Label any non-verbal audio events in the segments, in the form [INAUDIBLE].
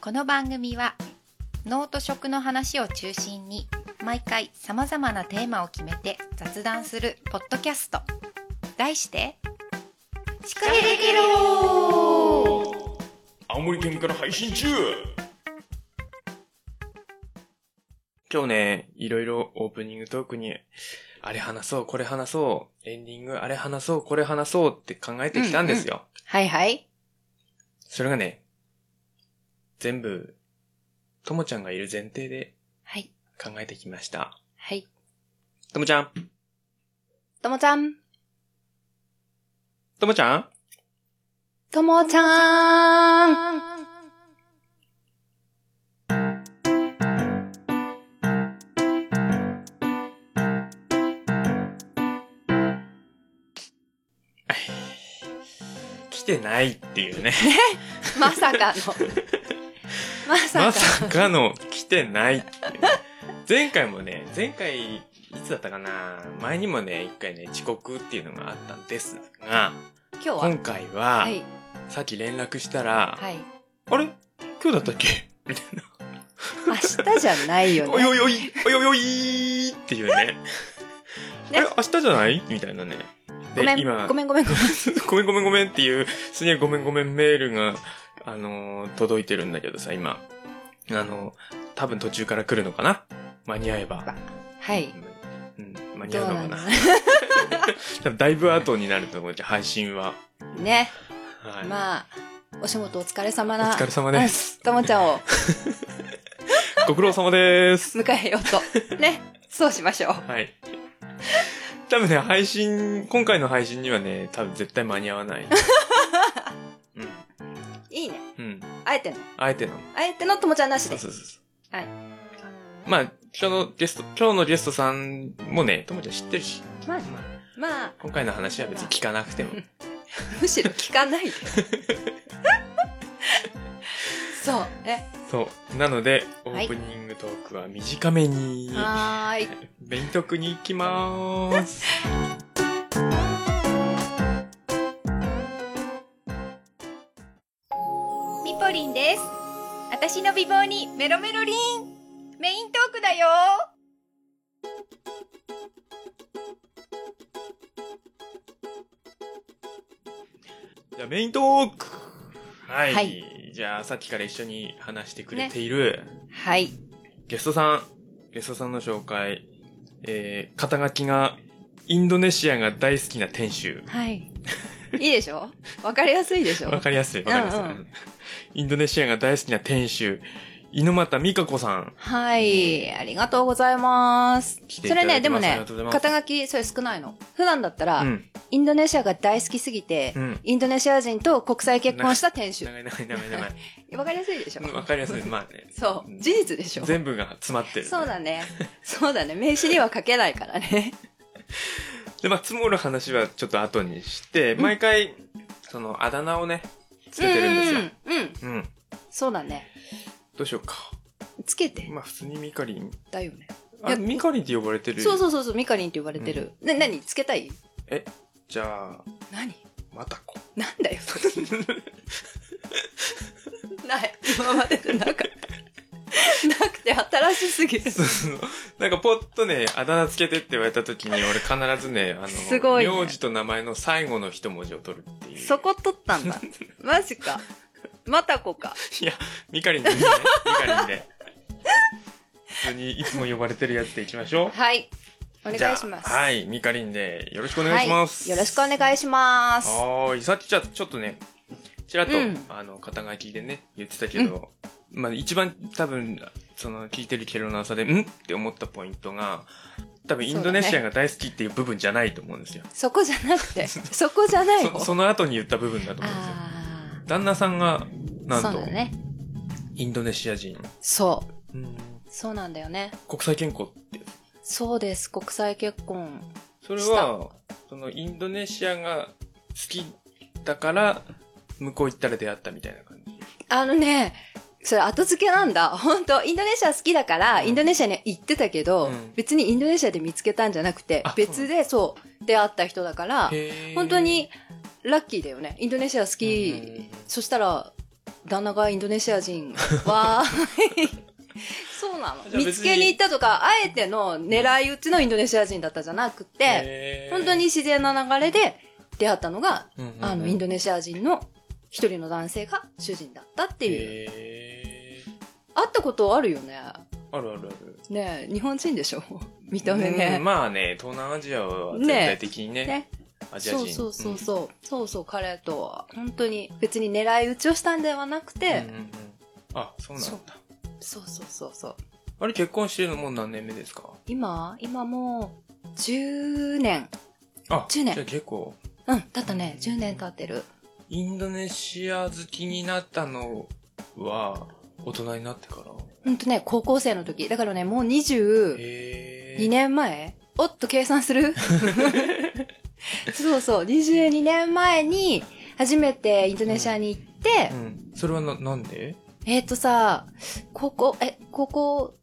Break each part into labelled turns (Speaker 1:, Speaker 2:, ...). Speaker 1: この番組は脳と食の話を中心に毎回さまざまなテーマを決めて雑談するポッドキャスト題して「しっかりできる!」
Speaker 2: 青森県から配信中今日ね、いろいろオープニングトークに、あれ話そう、これ話そう、エンディング、あれ話そう、これ話そうって考えてきたんですよ。
Speaker 1: はいはい
Speaker 2: それがね、全部、ともちゃんがいる前提で
Speaker 1: はい
Speaker 2: 考えてきました。
Speaker 1: はい
Speaker 2: ともちゃん
Speaker 1: ともちゃん
Speaker 2: ともちゃん
Speaker 1: ともちゃん
Speaker 2: 来てないっていうね。
Speaker 1: まさかの
Speaker 2: [LAUGHS]
Speaker 1: まさか
Speaker 2: まさかの来てないっていうね。前回もね、前回、いつだったかな前にもね、一回ね、遅刻っていうのがあったんですが、
Speaker 1: 今日は
Speaker 2: 今回は、
Speaker 1: はい
Speaker 2: さっき連絡したら、
Speaker 1: はい
Speaker 2: あれ今日だったっけみたいな。
Speaker 1: 明日じゃないよ
Speaker 2: おいお
Speaker 1: ね
Speaker 2: いおい、おいおいおいっていうね。あ
Speaker 1: ね
Speaker 2: れ明日じゃないみたいなね。
Speaker 1: ごめん
Speaker 2: 今
Speaker 1: ごめんごめんごめん
Speaker 2: [LAUGHS] ごめんごめんごめんっていう、すげえごめんごめんメールが、あのー届いてるんだけどさ、今。あのー多分途中から来るのかな間に合えば。
Speaker 1: はい
Speaker 2: うん、間に
Speaker 1: ど
Speaker 2: 合
Speaker 1: う
Speaker 2: うの
Speaker 1: な
Speaker 2: か
Speaker 1: ん
Speaker 2: な
Speaker 1: だ
Speaker 2: 多分 [LAUGHS] だいぶ後になると思うじゃん配信は。
Speaker 1: ね
Speaker 2: はい。
Speaker 1: まあお仕事お疲れ様
Speaker 2: お
Speaker 1: な
Speaker 2: 疲れ様です。
Speaker 1: ともちゃんを
Speaker 2: ご苦労様です。
Speaker 1: 迎えようと。 [LAUGHS] ね。そうしましょう。
Speaker 2: はい。多分ね、配信、今回の配信にはね、多分絶対間に合
Speaker 1: [LAUGHS]
Speaker 2: わない。う
Speaker 1: いいね。
Speaker 2: ん。うん。
Speaker 1: あえての。
Speaker 2: あえての。
Speaker 1: あえてのともちゃんなし
Speaker 2: そう
Speaker 1: で。
Speaker 2: そうそうそう。
Speaker 1: はい。
Speaker 2: まあ、今日のゲスト、今日のゲストさんもね、ともちゃん知ってるし、
Speaker 1: まあ、
Speaker 2: まあ
Speaker 1: まあ、
Speaker 2: 今回の話は別に聞かなく
Speaker 1: [LAUGHS]
Speaker 2: ても。
Speaker 1: むしろ聞かない
Speaker 2: [LAUGHS]
Speaker 1: で。そう。え、
Speaker 2: そう。なので、オ
Speaker 1: はい
Speaker 2: ープニングトークは短めに、
Speaker 1: はーい。
Speaker 2: 勉特に行きまーす。
Speaker 1: ミポリンです。私の美貌にメロメロリン。メイントークだよ。
Speaker 2: [LAUGHS] じゃあメイントークはい。
Speaker 1: は
Speaker 2: じゃあ、さっきから一緒に話してくれている、
Speaker 1: はい。
Speaker 2: ゲストさん、ゲストさんの紹介、えー、肩書きが、インドネシアが大好きな店主。
Speaker 1: はい。いいでしょわかりやすいでしょ
Speaker 2: わかりやすい、わかりやすい。 [LAUGHS]
Speaker 1: うんうん
Speaker 2: インドネシアが大好きな店主、猪俣美香子さん。
Speaker 1: はい。ありがとうございます。
Speaker 2: 来
Speaker 1: そ
Speaker 2: ていただ
Speaker 1: れ
Speaker 2: いてます
Speaker 1: ね、でも
Speaker 2: あり
Speaker 1: ね
Speaker 2: がとうござい、ます
Speaker 1: 肩書き、それ少ないの。普段だったら、
Speaker 2: うん。
Speaker 1: インドネシアが大好きすぎて、
Speaker 2: うん
Speaker 1: インドネシア人と国際結婚した店主。
Speaker 2: 長い長い長い
Speaker 1: [LAUGHS]
Speaker 2: 長
Speaker 1: わかりやすいでしょ、
Speaker 2: い。わかりやすい。まあね。
Speaker 1: [LAUGHS] そうう。
Speaker 2: ん
Speaker 1: 事実でしょ
Speaker 2: 全部が詰まってる。
Speaker 1: そうだね。そうだね。名刺には書けないからね。
Speaker 2: で、まあ、積もる話はちょっと後にして、
Speaker 1: うん
Speaker 2: 毎回、その、あだ名をね、 [LAUGHS] つけてるんです
Speaker 1: うんう
Speaker 2: よ。
Speaker 1: ん、うん。
Speaker 2: うん。
Speaker 1: そうだね。
Speaker 2: どうしようか。
Speaker 1: つけて。
Speaker 2: まあ、普通にミカリン。
Speaker 1: だよね。い
Speaker 2: あ、
Speaker 1: や
Speaker 2: ミカリンって呼ばれてる。
Speaker 1: そう
Speaker 2: う。
Speaker 1: そうそうそう、ミカリンって呼ばれてる。な、なにつけたい
Speaker 2: じゃあ、
Speaker 1: 何
Speaker 2: またこ。 [LAUGHS]
Speaker 1: なんだよ、それ。ない。今まででなかった。なくて新しすぎる。
Speaker 2: なんか、ぽっとね、あだ名つけてって言われた
Speaker 1: [LAUGHS]
Speaker 2: 時に、俺必ずね、あの、
Speaker 1: すごいね
Speaker 2: 名字と名前の最後の一文字を取るっていう。
Speaker 1: そこ取ったんだ。マジか。またこか。
Speaker 2: いや、ミカリン
Speaker 1: [LAUGHS]
Speaker 2: でいいね。ミカリンで。普通にいつも呼ばれてるやつでいきましょう。
Speaker 1: はい。お願いし
Speaker 2: じゃ
Speaker 1: ます。
Speaker 2: あはい、ミカリンでよろしくお願いします。
Speaker 1: はいよろしくお
Speaker 2: い
Speaker 1: 願いします。
Speaker 2: はーい、さっきじゃあちょっとね、ちらっと、
Speaker 1: うん
Speaker 2: あの、肩書きでね、言ってたけど、まあ一番多分、その、聞いてるケロナーさで、んって思ったポイントが、多分インドネシアが大好きっていう部分じゃないと思うんですよ。
Speaker 1: そこじゃなくて、そこじゃない方。
Speaker 2: そその後に言った部分だと思うんですよ。
Speaker 1: あ
Speaker 2: 旦那さんが、
Speaker 1: あ、
Speaker 2: なん
Speaker 1: そう
Speaker 2: と、
Speaker 1: だね。
Speaker 2: インドネシア人。
Speaker 1: そう。
Speaker 2: うん
Speaker 1: そうなんだよね。
Speaker 2: 国際健康って
Speaker 1: そうです。国際結婚。
Speaker 2: それは、そのインドネシアが好きだから、向こう行ったら出会ったみたいな感じ。
Speaker 1: あのね、それ後付けなんだ。 [LAUGHS] 本当インドネシア好きだから、
Speaker 2: うん
Speaker 1: インドネシアには行ってたけど、
Speaker 2: うん
Speaker 1: 別にインドネシアで見つけたんじゃなくて
Speaker 2: あ、
Speaker 1: 別で、そう、出会った人だから、
Speaker 2: へー
Speaker 1: 本当、にラッキーだよね。インドネシア好き。そしたら、旦那がインドネシア人は [LAUGHS] そうな
Speaker 2: じ
Speaker 1: の
Speaker 2: ゃあ別に
Speaker 1: 見つけに行ったとかあえての狙い撃ちのインドネシア人だったじゃなくて、
Speaker 2: へー
Speaker 1: 本当に、自然な流れで出会ったのが、
Speaker 2: うんうんうん
Speaker 1: あのインドネシア人の一人の男性が主人だったっていう、
Speaker 2: へー
Speaker 1: 会ったことあるよね
Speaker 2: あるあるある。
Speaker 1: ねえ日本人でしょ [LAUGHS] 見た目
Speaker 2: うん
Speaker 1: ね、
Speaker 2: まあね、東南アジアは全体的にね、
Speaker 1: ね
Speaker 2: アジア
Speaker 1: そ
Speaker 2: 人。
Speaker 1: うそうそうそう、そうそう彼とは本当に別に狙い撃ちをしたんではなく
Speaker 2: うん。
Speaker 1: て、
Speaker 2: うんうんうんあ、そうなんだ
Speaker 1: そう。そうそうそうそう
Speaker 2: あれ結婚してるのもう何年目ですか
Speaker 1: 今今もう10年
Speaker 2: あ、
Speaker 1: 10年
Speaker 2: じゃあ結構、
Speaker 1: うん経ったね10年経ってる
Speaker 2: インドネシア好きになったのは、大人になってから
Speaker 1: うんとね高校生の時だからねもう22
Speaker 2: へー
Speaker 1: 年前おっと計算す
Speaker 2: [LAUGHS]
Speaker 1: るそうそう22年前に初めてインドネシアに行って
Speaker 2: う、ん。それはな、なんで
Speaker 1: えっ、とさ高校え高校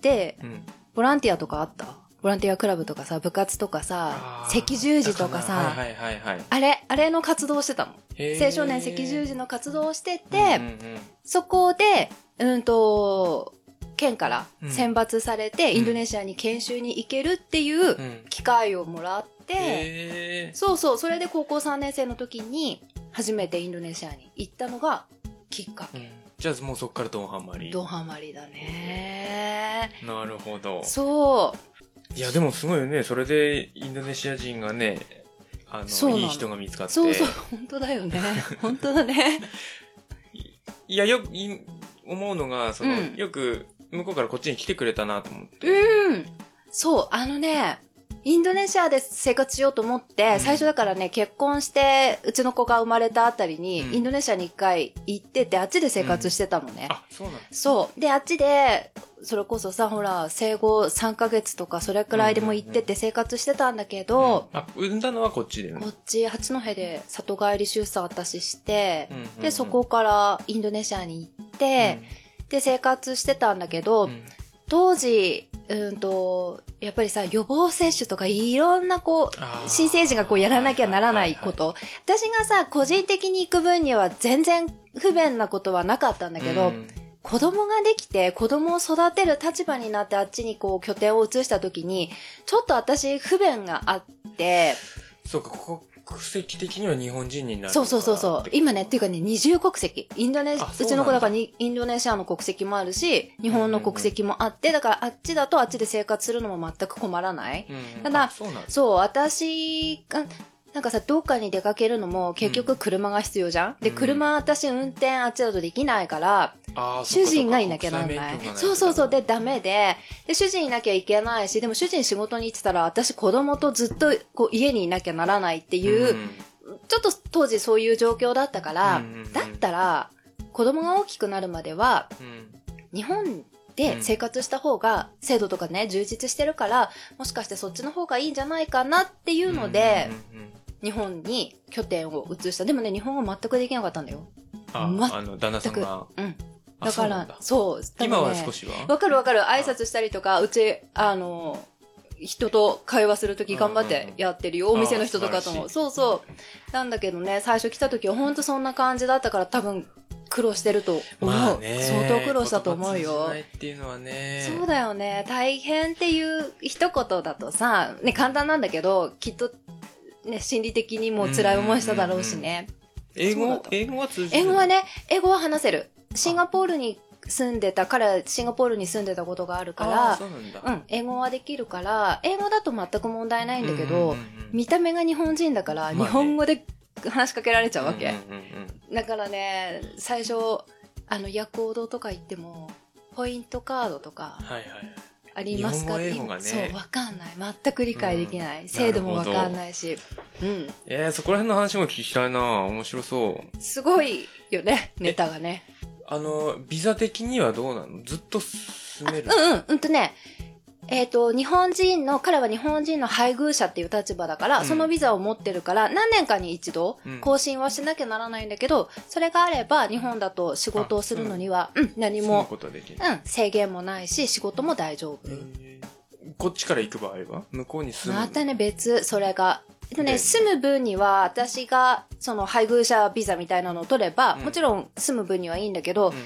Speaker 1: で
Speaker 2: うん。
Speaker 1: ボランティアとかあったボランティアクラブとかさ、部活とかさ
Speaker 2: あ、ー
Speaker 1: 赤十字とかさ、
Speaker 2: はいはいはいはい
Speaker 1: あれ、あれの活動をしてたの。
Speaker 2: へー。
Speaker 1: 青少年赤十字の活動をしてて、
Speaker 2: うんうんうん
Speaker 1: そこで、うんと、県から
Speaker 2: うん
Speaker 1: 選抜されて、
Speaker 2: うん
Speaker 1: インドネシアに研修に行けるっていう
Speaker 2: うん。
Speaker 1: 機会をもらって、
Speaker 2: へー
Speaker 1: そうそう、それで高校3年生の時に、初めてインドネシアに行ったのがきっか
Speaker 2: う
Speaker 1: け。
Speaker 2: んじゃあもうそっからドンハマり。
Speaker 1: ドハマりだね。
Speaker 2: なるほど。
Speaker 1: そう。
Speaker 2: いや、でもすごいよね。それで、インドネシア人がね、あ
Speaker 1: そう
Speaker 2: の、
Speaker 1: なの
Speaker 2: いい人が見つかって。
Speaker 1: そうそう、本当だよ
Speaker 2: [LAUGHS]
Speaker 1: ね。本当だね。
Speaker 2: いや、よく、い思うのが、その、
Speaker 1: うん
Speaker 2: よく、向こうからこっちに来てくれたなと思って。
Speaker 1: うん。そう、あのね、インドネシアで生活しようと思って、
Speaker 2: うん
Speaker 1: 最初だからね、結婚して、うちの子が生まれたあたりに、
Speaker 2: うん
Speaker 1: インドネシアに一回行ってて、あっちで生活してたのね。
Speaker 2: あ、そうなんだ。
Speaker 1: そう。で、あっちで、それこそさ、ほら、生後3ヶ月とか、それくらいでも行ってて生活してたんだけど、
Speaker 2: うんあ、産んだのはこっちで。
Speaker 1: こっち、八戸で里帰り出産私して、
Speaker 2: うんうんうん
Speaker 1: で、そこからインドネシアに行って、で、生活してたんだけど、
Speaker 2: うんうん
Speaker 1: 当時、うんと、やっぱりさ、予防接種とかいろんなこう、
Speaker 2: あー
Speaker 1: 新生児がこうやらなきゃならないこと。私がさ、個人的に行く分には全然不便なことはなかったんだけど、
Speaker 2: うん
Speaker 1: 子供ができて子供を育てる立場になってあっちにこう拠点を移した時に、ちょっと私不便があって、
Speaker 2: そうか、国籍的には日本人になる。
Speaker 1: そうそうそうそう。今ね、っていうかね、二重国籍。インドネシ
Speaker 2: あそう
Speaker 1: う
Speaker 2: なんだ
Speaker 1: ちの子だからにインドネシアの国籍もあるし、日本の国籍もあって、だからあっちだとあっちで生活するのも全く困らない。
Speaker 2: うんうん
Speaker 1: ただ
Speaker 2: あそうなんだ。
Speaker 1: そう、私が、なんかさ、どっかに出かけるのも結局車が必要じゃん、で、
Speaker 2: うん
Speaker 1: 車私運転あっちだとできないから、
Speaker 2: あー
Speaker 1: 主人がいなきゃなんない。そうそうそう、で、、ダメで、で、主人いなきゃいけないし、でも主人仕事に行ってたら私子供とずっとこう家にいなきゃならないって
Speaker 2: 国
Speaker 1: い、
Speaker 2: 際免許がないうん
Speaker 1: ちょっと当時そういう状況だったから、
Speaker 2: うんうんうん
Speaker 1: だったら、子供が大きくなるまでは、
Speaker 2: うん
Speaker 1: 日本で生活した方が制度とかね、充実してるから、もしかしてそっちの方がいいんじゃないかなっていうので、
Speaker 2: うんうんうん
Speaker 1: 日本に拠点を移した。でもね、日本語全くできなかったんだよ。
Speaker 2: あ、あの、旦那さんが。
Speaker 1: うん。
Speaker 2: あ
Speaker 1: だ
Speaker 2: そ
Speaker 1: か
Speaker 2: うなん
Speaker 1: ら、そうでも
Speaker 2: 今
Speaker 1: ね
Speaker 2: は少しは
Speaker 1: わかるわかる。挨拶したりとか、うち、あの、人と会話するとき頑張っ
Speaker 2: うんうん
Speaker 1: て
Speaker 2: うん
Speaker 1: やってるよ。お店の人とかと
Speaker 2: あ
Speaker 1: も。
Speaker 2: ー
Speaker 1: そうそう。なんだけどね、最初来たときはほんとそんな感じだったから多分苦労してると思う。相当苦労したと思う
Speaker 2: 言
Speaker 1: よ
Speaker 2: 葉通じ。ないっていうのはね。
Speaker 1: そうだよね。大変っていう一言だとさ、ね、簡単なんだけど、きっと、ね、心理的にも辛い思いしただろうしね。
Speaker 2: 英
Speaker 1: そうだ
Speaker 2: 語
Speaker 1: と、
Speaker 2: 英語は通じる
Speaker 1: 英語はね、英語は話せる。シンガポールに住んでた、彼、シンガポールに住んでたことがあるか
Speaker 2: あー
Speaker 1: ら
Speaker 2: そ、うなんだ。
Speaker 1: うん、英語はできるから、英語だと全く問題ないんだけど、
Speaker 2: うんうんうんうん
Speaker 1: 見た目が日本人だから、
Speaker 2: まあね
Speaker 1: 日本語で話しかけられちゃうわけ。
Speaker 2: うんうんうんうん
Speaker 1: だからね、最初、あの、夜行堂とか行っても、ポイントカードとか
Speaker 2: はいはいはい。
Speaker 1: ありますか
Speaker 2: 日本語英語がね
Speaker 1: そう、わかんない。全く理解できない。制度もわかんないし。うん。
Speaker 2: えー、そこら辺の話も聞きたいな面白そう。
Speaker 1: すごいよね、ネタがね。
Speaker 2: あの、ビザ的にはどうなのずっと住める
Speaker 1: うんうん、うんとね、えっ、と、日本人の、彼は日本人の配偶者っていう立場だから、
Speaker 2: うん
Speaker 1: そのビザを持ってるから、何年かに一度
Speaker 2: うん、
Speaker 1: 更新はしなきゃならないんだけど、それがあれば、日本だと仕事をするのには、うん、何
Speaker 2: 住む
Speaker 1: も、
Speaker 2: ことはでき
Speaker 1: う
Speaker 2: ない。
Speaker 1: ん、制限もないし、仕事も大丈夫。
Speaker 2: えーこっちから行く場合は向こうに住む。
Speaker 1: またね、別、それが、えっとね、
Speaker 2: で
Speaker 1: 住む分には、私が、その、配偶者ビザみたいなのを取れば、
Speaker 2: うん
Speaker 1: もちろん住む分にはいいんだけ
Speaker 2: う
Speaker 1: ど、
Speaker 2: んうんうん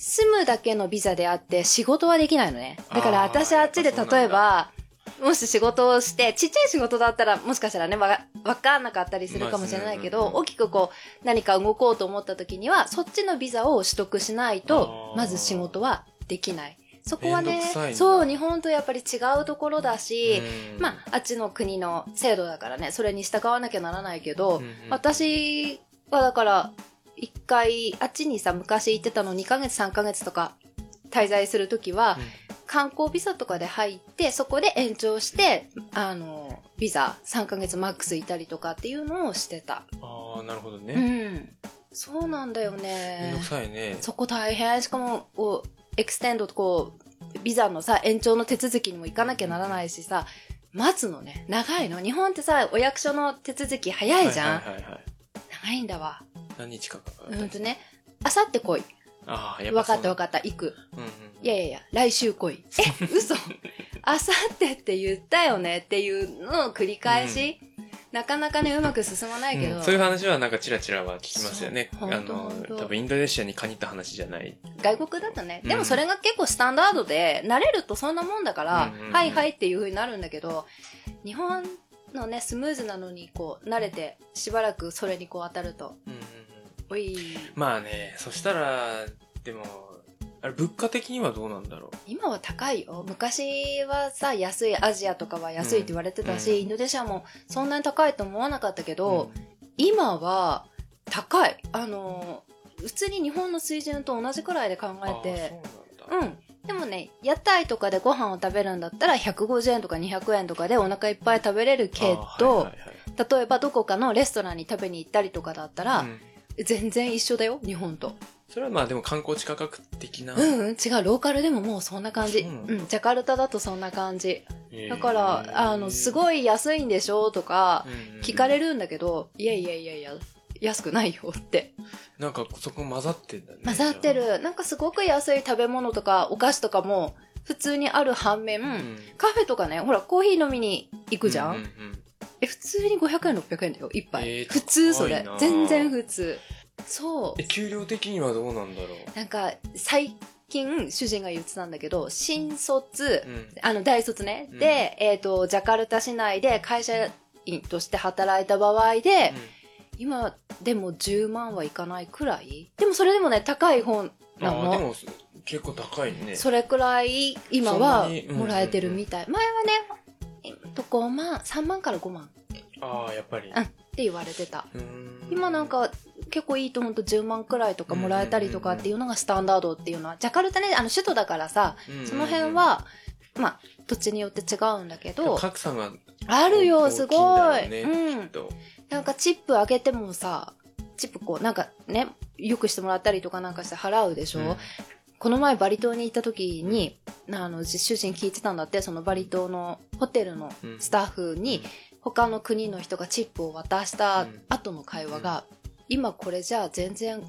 Speaker 1: 住むだけのビザであって、仕事はできないのね。だから
Speaker 2: あー
Speaker 1: 私あっちで、
Speaker 2: やっぱそうなんだ
Speaker 1: 例えば、もし仕事をして、ちっちゃい仕事だったら、もしかしたらね、わ、わかんなかったりするかもしれないけ
Speaker 2: まあ
Speaker 1: ど
Speaker 2: そう、ね
Speaker 1: 大きくこう、何か動こうと思った時には、そっちのビザを取得しないと
Speaker 2: あ、ー
Speaker 1: まず仕事はできない。そこは
Speaker 2: めん
Speaker 1: ね
Speaker 2: どくさいん、だ
Speaker 1: そう、日本とやっぱり違うところだし、
Speaker 2: うん
Speaker 1: まあ、あっちの国の制度だからね、それに従わなきゃならないけど、
Speaker 2: うんうん
Speaker 1: 私はだから、一回、あっちにさ、昔行ってたの2ヶ月3ヶ月とか滞在するときは、観光ビザとかで入って、そこで延長して、あの、ビザ3ヶ月マックスいたりとかっていうのをしてた。
Speaker 2: ああなるほど
Speaker 1: う
Speaker 2: ね、
Speaker 1: ん。そうなんだよ
Speaker 2: めん
Speaker 1: ね
Speaker 2: どく。さいね
Speaker 1: そこ大変。しかも、こう、エクステンドとこう、ビザのさ、延長の手続きにも行かなきゃならないしさ、待つのね。長いの。日本ってさ、お役所の手続き早いじゃん。
Speaker 2: はいはいはいはい
Speaker 1: 長いんだわ。
Speaker 2: 何日かかかる、
Speaker 1: うんとね、あさって来い。
Speaker 2: ああやっ
Speaker 1: 分
Speaker 2: ぱ
Speaker 1: か
Speaker 2: そう
Speaker 1: った分か
Speaker 2: か
Speaker 1: った、行く。
Speaker 2: った、うんうん
Speaker 1: いやいやいや、来週来い。え、
Speaker 2: [LAUGHS]
Speaker 1: 嘘あさってって言ったよねっていうのを繰り返し、なかなかね、うまく進まないけど、
Speaker 2: うんそういう話はなんかチラチラは聞きますよね。
Speaker 1: そうほ
Speaker 2: あの
Speaker 1: んとほんと、
Speaker 2: 多分インドネシアに限った話じゃない。
Speaker 1: 外国だとね、
Speaker 2: うん
Speaker 1: でもそれが結構スタンダードで、慣れるとそんなもんだから、
Speaker 2: うんうんうん
Speaker 1: はいはいっていう風になるんだけど、日本のね、スムーズなのに、こう、慣れて、しばらくそれにこう当たると、おい、
Speaker 2: まあね、そしたら、でも、あれ、物価的にはどうなんだろ
Speaker 1: 今は高いよ昔はさ安いアジアとかは安いって言われてたし、
Speaker 2: うん
Speaker 1: インドネシアもそんなに高いと思わなかったけ
Speaker 2: う。
Speaker 1: ど、今は高いあのー普通に日本の水準と同じくらいで考
Speaker 2: あ
Speaker 1: えて
Speaker 2: ーそう
Speaker 1: う
Speaker 2: なんだ。
Speaker 1: んでもね屋台とかでご飯を食べるんだったら150円とか200円とかでお腹いっぱい食べれるけど、
Speaker 2: あーはいはいはい
Speaker 1: 例えばどこかのレストランに食べに行ったりとかだったら、
Speaker 2: うん
Speaker 1: 全然一緒だよ日本と
Speaker 2: それはまあでも観光地価格的な。
Speaker 1: うんうん違うローカルでももうそんな感じ
Speaker 2: そうなん
Speaker 1: う
Speaker 2: だ
Speaker 1: んジャカルタだとそんな感じ
Speaker 2: へー
Speaker 1: だから、あの、すごい安いんでしょとか、聞かれ
Speaker 2: る。
Speaker 1: るんだけど、いやいやいやいや、安くないよって。
Speaker 2: なんかそこ混ざってんだね。
Speaker 1: 混ざってる。なんかすごく安い食べ物とか、お菓子とかも、普通にある反面、
Speaker 2: じゃあ。
Speaker 1: カフェとかね、ほら、コーヒー飲みに行
Speaker 2: う
Speaker 1: くじゃん、
Speaker 2: ううん
Speaker 1: え、普通に500円、600円だよ、一杯。
Speaker 2: えー
Speaker 1: 普通そ
Speaker 2: 高
Speaker 1: れ
Speaker 2: いな。あ
Speaker 1: 全然普通。そ
Speaker 2: え、給料的にはどうなんだろ
Speaker 1: う。なんか、最近、主人が言ってたんだけど、新卒、
Speaker 2: う。うん
Speaker 1: あの、大卒ね。
Speaker 2: うん
Speaker 1: で、えっ、と、ジャカルタ市内で会社員として働いた場合で、今でも10万はいかないくらいでもそれでもね、高い方
Speaker 2: うん
Speaker 1: な
Speaker 2: あーで
Speaker 1: の。
Speaker 2: も結構高いね。
Speaker 1: それくらい今
Speaker 2: そ
Speaker 1: は
Speaker 2: んなにうん
Speaker 1: もらえてるみたい。前はね、えっと5万、3万から5万っ
Speaker 2: ああ、やっぱり。
Speaker 1: て言われてた。
Speaker 2: うーん
Speaker 1: 今なん、か結構いいとほんと10万くらいとかもらえたりとかっていうのがスタンダードっていうのは、ジャカルタね、あの首都だからさ、その辺は、まあ、土地によって違うんだけ
Speaker 2: うんうんうん、
Speaker 1: ど、
Speaker 2: 格差が
Speaker 1: あるよ、すご
Speaker 2: 大きいんだ
Speaker 1: い。
Speaker 2: ろう
Speaker 1: うん。
Speaker 2: と、
Speaker 1: なんかチップあげてもさ、チップこう、なんかね、よくしてもらったりとかなんかして払うでしょ、
Speaker 2: うん
Speaker 1: この前バリ島に行った時に、あの、じ主人聞いてたんだって、そのバリ島のホテルの
Speaker 2: うん
Speaker 1: スタッフに、他の国の人がチップを渡した
Speaker 2: うん
Speaker 1: 後の会話が、今これじゃあ全然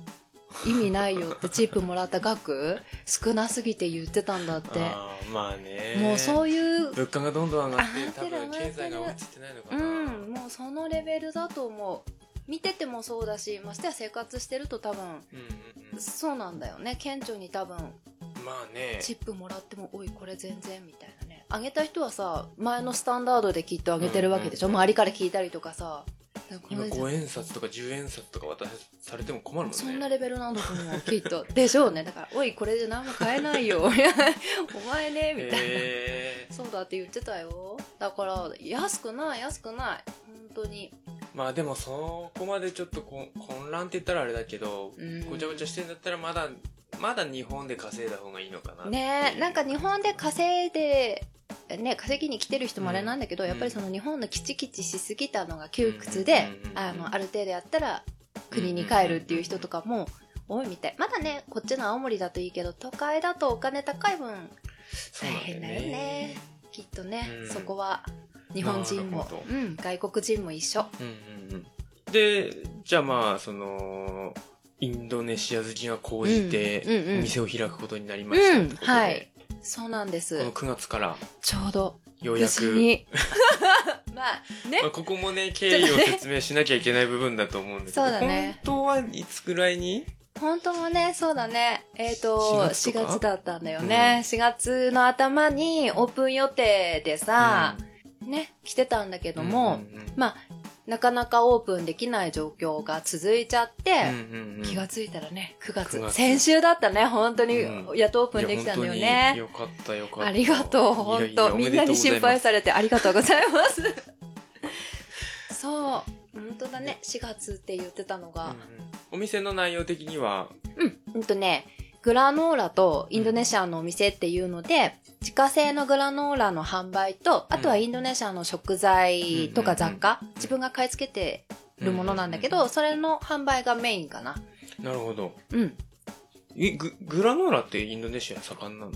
Speaker 1: 意味ないよってチップもらった額、少なすぎて言ってたんだって。
Speaker 2: [LAUGHS] あーまあね
Speaker 1: もうそうういう、
Speaker 2: 物価がどんどん上がっ
Speaker 1: 上がっててる
Speaker 2: 多分経済が
Speaker 1: 上が
Speaker 2: 落
Speaker 1: って
Speaker 2: ちてないのか
Speaker 1: う
Speaker 2: な、
Speaker 1: ん、もうそのレベルだと思う。見ててもそうだし、ましてや生活してると多分、
Speaker 2: うんうんうん
Speaker 1: そうなんだよね。顕著に多分、
Speaker 2: まあね
Speaker 1: チップもらっても、おい、これ全然、みたいなね。あげた人はさ、前のスタンダードできっとあげてるわけでしょ、
Speaker 2: うんうんうん
Speaker 1: 周りから聞いたりとかさ。なんかこ
Speaker 2: 今
Speaker 1: れじゃ
Speaker 2: 5円札とか10円札とか渡されても困るもんね
Speaker 1: そんなレベルなんだと思う、きっと。でしょう [LAUGHS] ね。だから、おい、これじゃ何も買えないよ。 [LAUGHS] いやお前ね、みたいな。
Speaker 2: えー
Speaker 1: そうだって言ってたよ。だから、安くない、安くない。本当に。
Speaker 2: まあでもそこまでちょっとこ混乱って言ったらあれだけど、
Speaker 1: うん
Speaker 2: ごちゃごちゃしてんだったらまだまだ日本で稼いだ方がいいのかなって
Speaker 1: ねえなんか日本で稼いで、ね、稼ぎに来てる人もあれなんだけど、
Speaker 2: うん
Speaker 1: やっぱりその日本のキチキチしすぎたのが窮屈で、
Speaker 2: うん
Speaker 1: あのある程度やったら国に帰るっていう人とかも多いみたいまだねこっちの青森だといいけど都会だとお金高い分
Speaker 2: そうなん
Speaker 1: 大変だよねきっとね、
Speaker 2: うん
Speaker 1: そこは日本人
Speaker 2: な
Speaker 1: も
Speaker 2: るほ、ど
Speaker 1: うん、外国人も一緒
Speaker 2: うんうんうんで、じゃあまあ、その、インドネシア好きが高じ
Speaker 1: うんうんう
Speaker 2: て、
Speaker 1: ん
Speaker 2: お店を開くことになりましたってこと
Speaker 1: う
Speaker 2: で、
Speaker 1: んはいそうなんで
Speaker 2: こ
Speaker 1: す
Speaker 2: の9月から
Speaker 1: ちょうど
Speaker 2: よ
Speaker 1: 無
Speaker 2: うや
Speaker 1: 事
Speaker 2: く、
Speaker 1: に [LAUGHS] ままあね
Speaker 2: まあ、ここもね、経緯を説明しなきゃいけない部分だと思うんだけど、
Speaker 1: そうだね
Speaker 2: 本当はいつくらいに
Speaker 1: 本当もねそうだねえっ、と4
Speaker 2: 4
Speaker 1: 月
Speaker 2: 月とか
Speaker 1: だったんだよね、4月の頭にオープン予定でさ、ね来てたんだけども、
Speaker 2: うんうんうん
Speaker 1: まあなかなかオープンできない状況が続いちゃって、
Speaker 2: うんうんうん
Speaker 1: 気がついたらね、9月。
Speaker 2: 9月
Speaker 1: 先週だったね、本当に、
Speaker 2: うん
Speaker 1: やっとオープンできたんだよ
Speaker 2: いや
Speaker 1: ね。
Speaker 2: 本当によかったよかった。
Speaker 1: ありがとう、本
Speaker 2: いやいや
Speaker 1: 当みんなに心配さ
Speaker 2: れ
Speaker 1: れてありがとうございます。そう、本当だね、4月って言ってたの
Speaker 2: た
Speaker 1: が。
Speaker 2: お店の内容的には、
Speaker 1: うん、うんとね、グラノーラとインドネシアのお店っていうので、自家製のグラノーラの販売と、あとはインドネシアの食材とか雑貨、自分が買い付けてるものなんだけど、それの販売がメインかな。
Speaker 2: なるほど。
Speaker 1: うん。
Speaker 2: え、ググラノーラってインドネシア盛んなの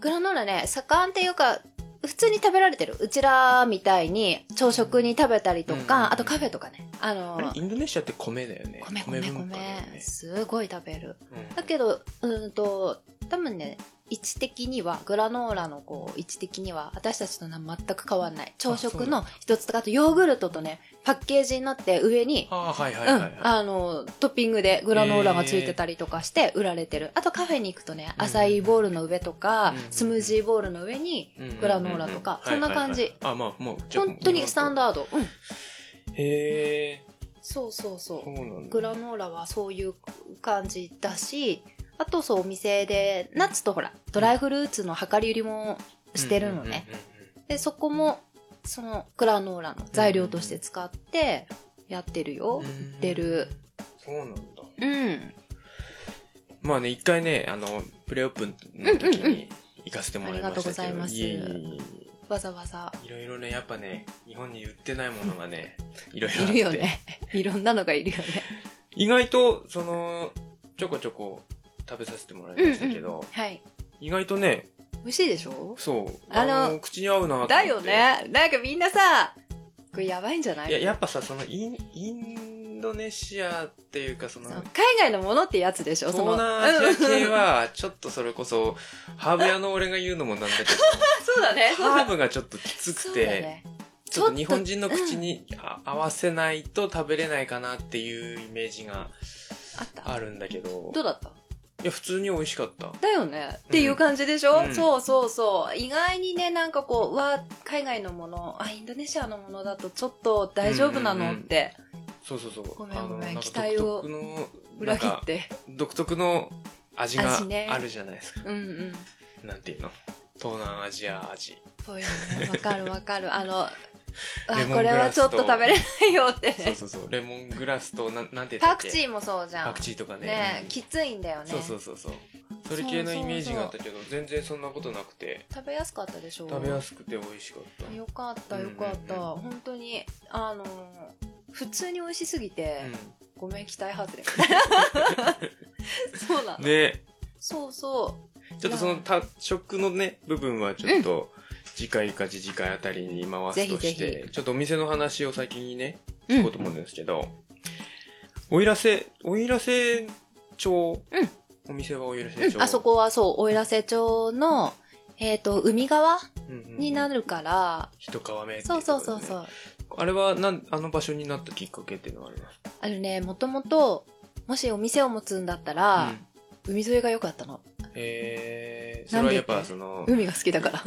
Speaker 1: グラノーラね盛んっていうか普通に食べられてるうちらみたいに朝食に食べたりとか、
Speaker 2: うん
Speaker 1: あとカフェとかねあの
Speaker 2: あれインドネシアって米だよね。
Speaker 1: 米米米
Speaker 2: 文化だよね
Speaker 1: すごい食べる
Speaker 2: うん
Speaker 1: だけどうーんと多分ね位置的にはグラノーラのこう位置的には私たちと全く変わんない朝食の一つとかあとヨーグルトとねパッケージになって上に
Speaker 2: ああ、はいはいはい、
Speaker 1: う
Speaker 2: は
Speaker 1: ん、
Speaker 2: い
Speaker 1: あのトッピングでグラノーラがついてたりとかして売られてる、あとカフェに行くとね
Speaker 2: うん
Speaker 1: アサイーボールの上とか、
Speaker 2: うん
Speaker 1: スムージーボールの上に
Speaker 2: うんうんうん
Speaker 1: グラノーラとか、そんな感じ、
Speaker 2: はいはいはいあ、まあ、もう、じゃあ
Speaker 1: 本当にスタンダード、うん、
Speaker 2: へえ、
Speaker 1: そうそうそ
Speaker 2: そうなん
Speaker 1: う
Speaker 2: だ。
Speaker 1: グラノーラはそういう感じだしあとそうお店でナッツとほらドライフルーツの量り売りもしてるのね、でそこもそのグラノーラの材料として使ってやってるよ、
Speaker 2: うんうんうんうん。
Speaker 1: 売ってる
Speaker 2: そうなんだ。
Speaker 1: うん
Speaker 2: まあね、一回ね、あの、プレオープンの時
Speaker 1: うんうんう
Speaker 2: に行かせてもらいましたけ
Speaker 1: ありが
Speaker 2: ど。
Speaker 1: とうございます
Speaker 2: えええ
Speaker 1: わざわざ
Speaker 2: いろいろね、やっぱね、日本に売ってないものがね、いろいろあ
Speaker 1: い
Speaker 2: って
Speaker 1: るよ。ね。 [LAUGHS] いろんなのがいるよね。 [LAUGHS]
Speaker 2: 意外と、その、ちょこちょこ食べさせてもらいましたけど、
Speaker 1: はい。
Speaker 2: 意外とね、
Speaker 1: 美味しいでしょ
Speaker 2: そう、
Speaker 1: あの
Speaker 2: 口に合うなと思って
Speaker 1: だよ。ね。なんかみんなさ、これやばいんじゃない
Speaker 2: いや、やっぱさ、そのイン、インドネシアっていうか、その
Speaker 1: そ、う海外のものってやつでしょ
Speaker 2: 東
Speaker 1: その
Speaker 2: 南アジア系
Speaker 1: うん
Speaker 2: は、ちょっとそれこそ、ハーブ屋の俺が言うのもなんだけど、
Speaker 1: [LAUGHS] そうだね。そう
Speaker 2: ハ
Speaker 1: だ
Speaker 2: ーブがちょっときつ
Speaker 1: そ
Speaker 2: く
Speaker 1: うだ
Speaker 2: て、
Speaker 1: ね
Speaker 2: ちょっと日本人の口にあ合わせないと食べれないかなっていうイメージが
Speaker 1: あった
Speaker 2: あるんだけど、
Speaker 1: どうだった
Speaker 2: いや、普通に美味しかった。
Speaker 1: だよね。っていう感じでしょ、
Speaker 2: うん
Speaker 1: そうそうそう。意外にね、なんかこう、うわ、海外のもの、あ、インドネシアのものだとちょっと大丈夫なのって、
Speaker 2: そうそうそう。
Speaker 1: ごめん
Speaker 2: あの
Speaker 1: ごめん
Speaker 2: なんか
Speaker 1: 期待を
Speaker 2: 独特の、
Speaker 1: 裏切
Speaker 2: なん
Speaker 1: っ
Speaker 2: か
Speaker 1: て。
Speaker 2: 独特の味が
Speaker 1: 味ね
Speaker 2: あるじゃないですか。
Speaker 1: うんうん。
Speaker 2: なんていうの東南アジ
Speaker 1: [LAUGHS]
Speaker 2: ア味。
Speaker 1: そうよね。わかるわかる。あの、あ
Speaker 2: レモン、グラスと
Speaker 1: これはちょっと食べれないよって
Speaker 2: そう
Speaker 1: ね。
Speaker 2: そうそう。レモングラスと、なんなんて言っ
Speaker 1: パ
Speaker 2: たっけ
Speaker 1: クチーもそうじゃん。
Speaker 2: パクチーとかね。
Speaker 1: ね
Speaker 2: うん
Speaker 1: きついんだよね。
Speaker 2: そうそうそうそう。それ系のイメージがあったけど、全然そんなことなくて、
Speaker 1: 食べやすかったでしょ
Speaker 2: 食べやすくて美味しかった。
Speaker 1: よかったよかった。
Speaker 2: うんうん
Speaker 1: 本当に、あのー普通に美味しすぎて、
Speaker 2: う
Speaker 1: ごめん、期待外れ。 [LAUGHS] そうなの、
Speaker 2: ん、で、
Speaker 1: そうそ
Speaker 2: ちょっとその多色のね、部分はちょっと、次回か次々回あたりに回すと
Speaker 1: ぜ
Speaker 2: し
Speaker 1: ひぜ
Speaker 2: て、ちょっとお店の話を先にね、
Speaker 1: う。
Speaker 2: 聞こうと思うんですけど、おいらせ、おいらせ町、
Speaker 1: うん
Speaker 2: お店はおいらせ町、
Speaker 1: うんあそこはそう、奥入瀬町の、えっ、と、海側
Speaker 2: うんうん
Speaker 1: になるから、
Speaker 2: 一皮目ってい
Speaker 1: そうそうそう
Speaker 2: とこ
Speaker 1: そう。
Speaker 2: ろでねあれはなん、あの場所になったきっかけっていうのはあります
Speaker 1: あのね、もともと、もしお店を持つんだったら、
Speaker 2: うん
Speaker 1: 海沿いが良かったの。
Speaker 2: えー、それはやっ
Speaker 1: な
Speaker 2: ぱ
Speaker 1: んで
Speaker 2: その、
Speaker 1: 海が好きだから。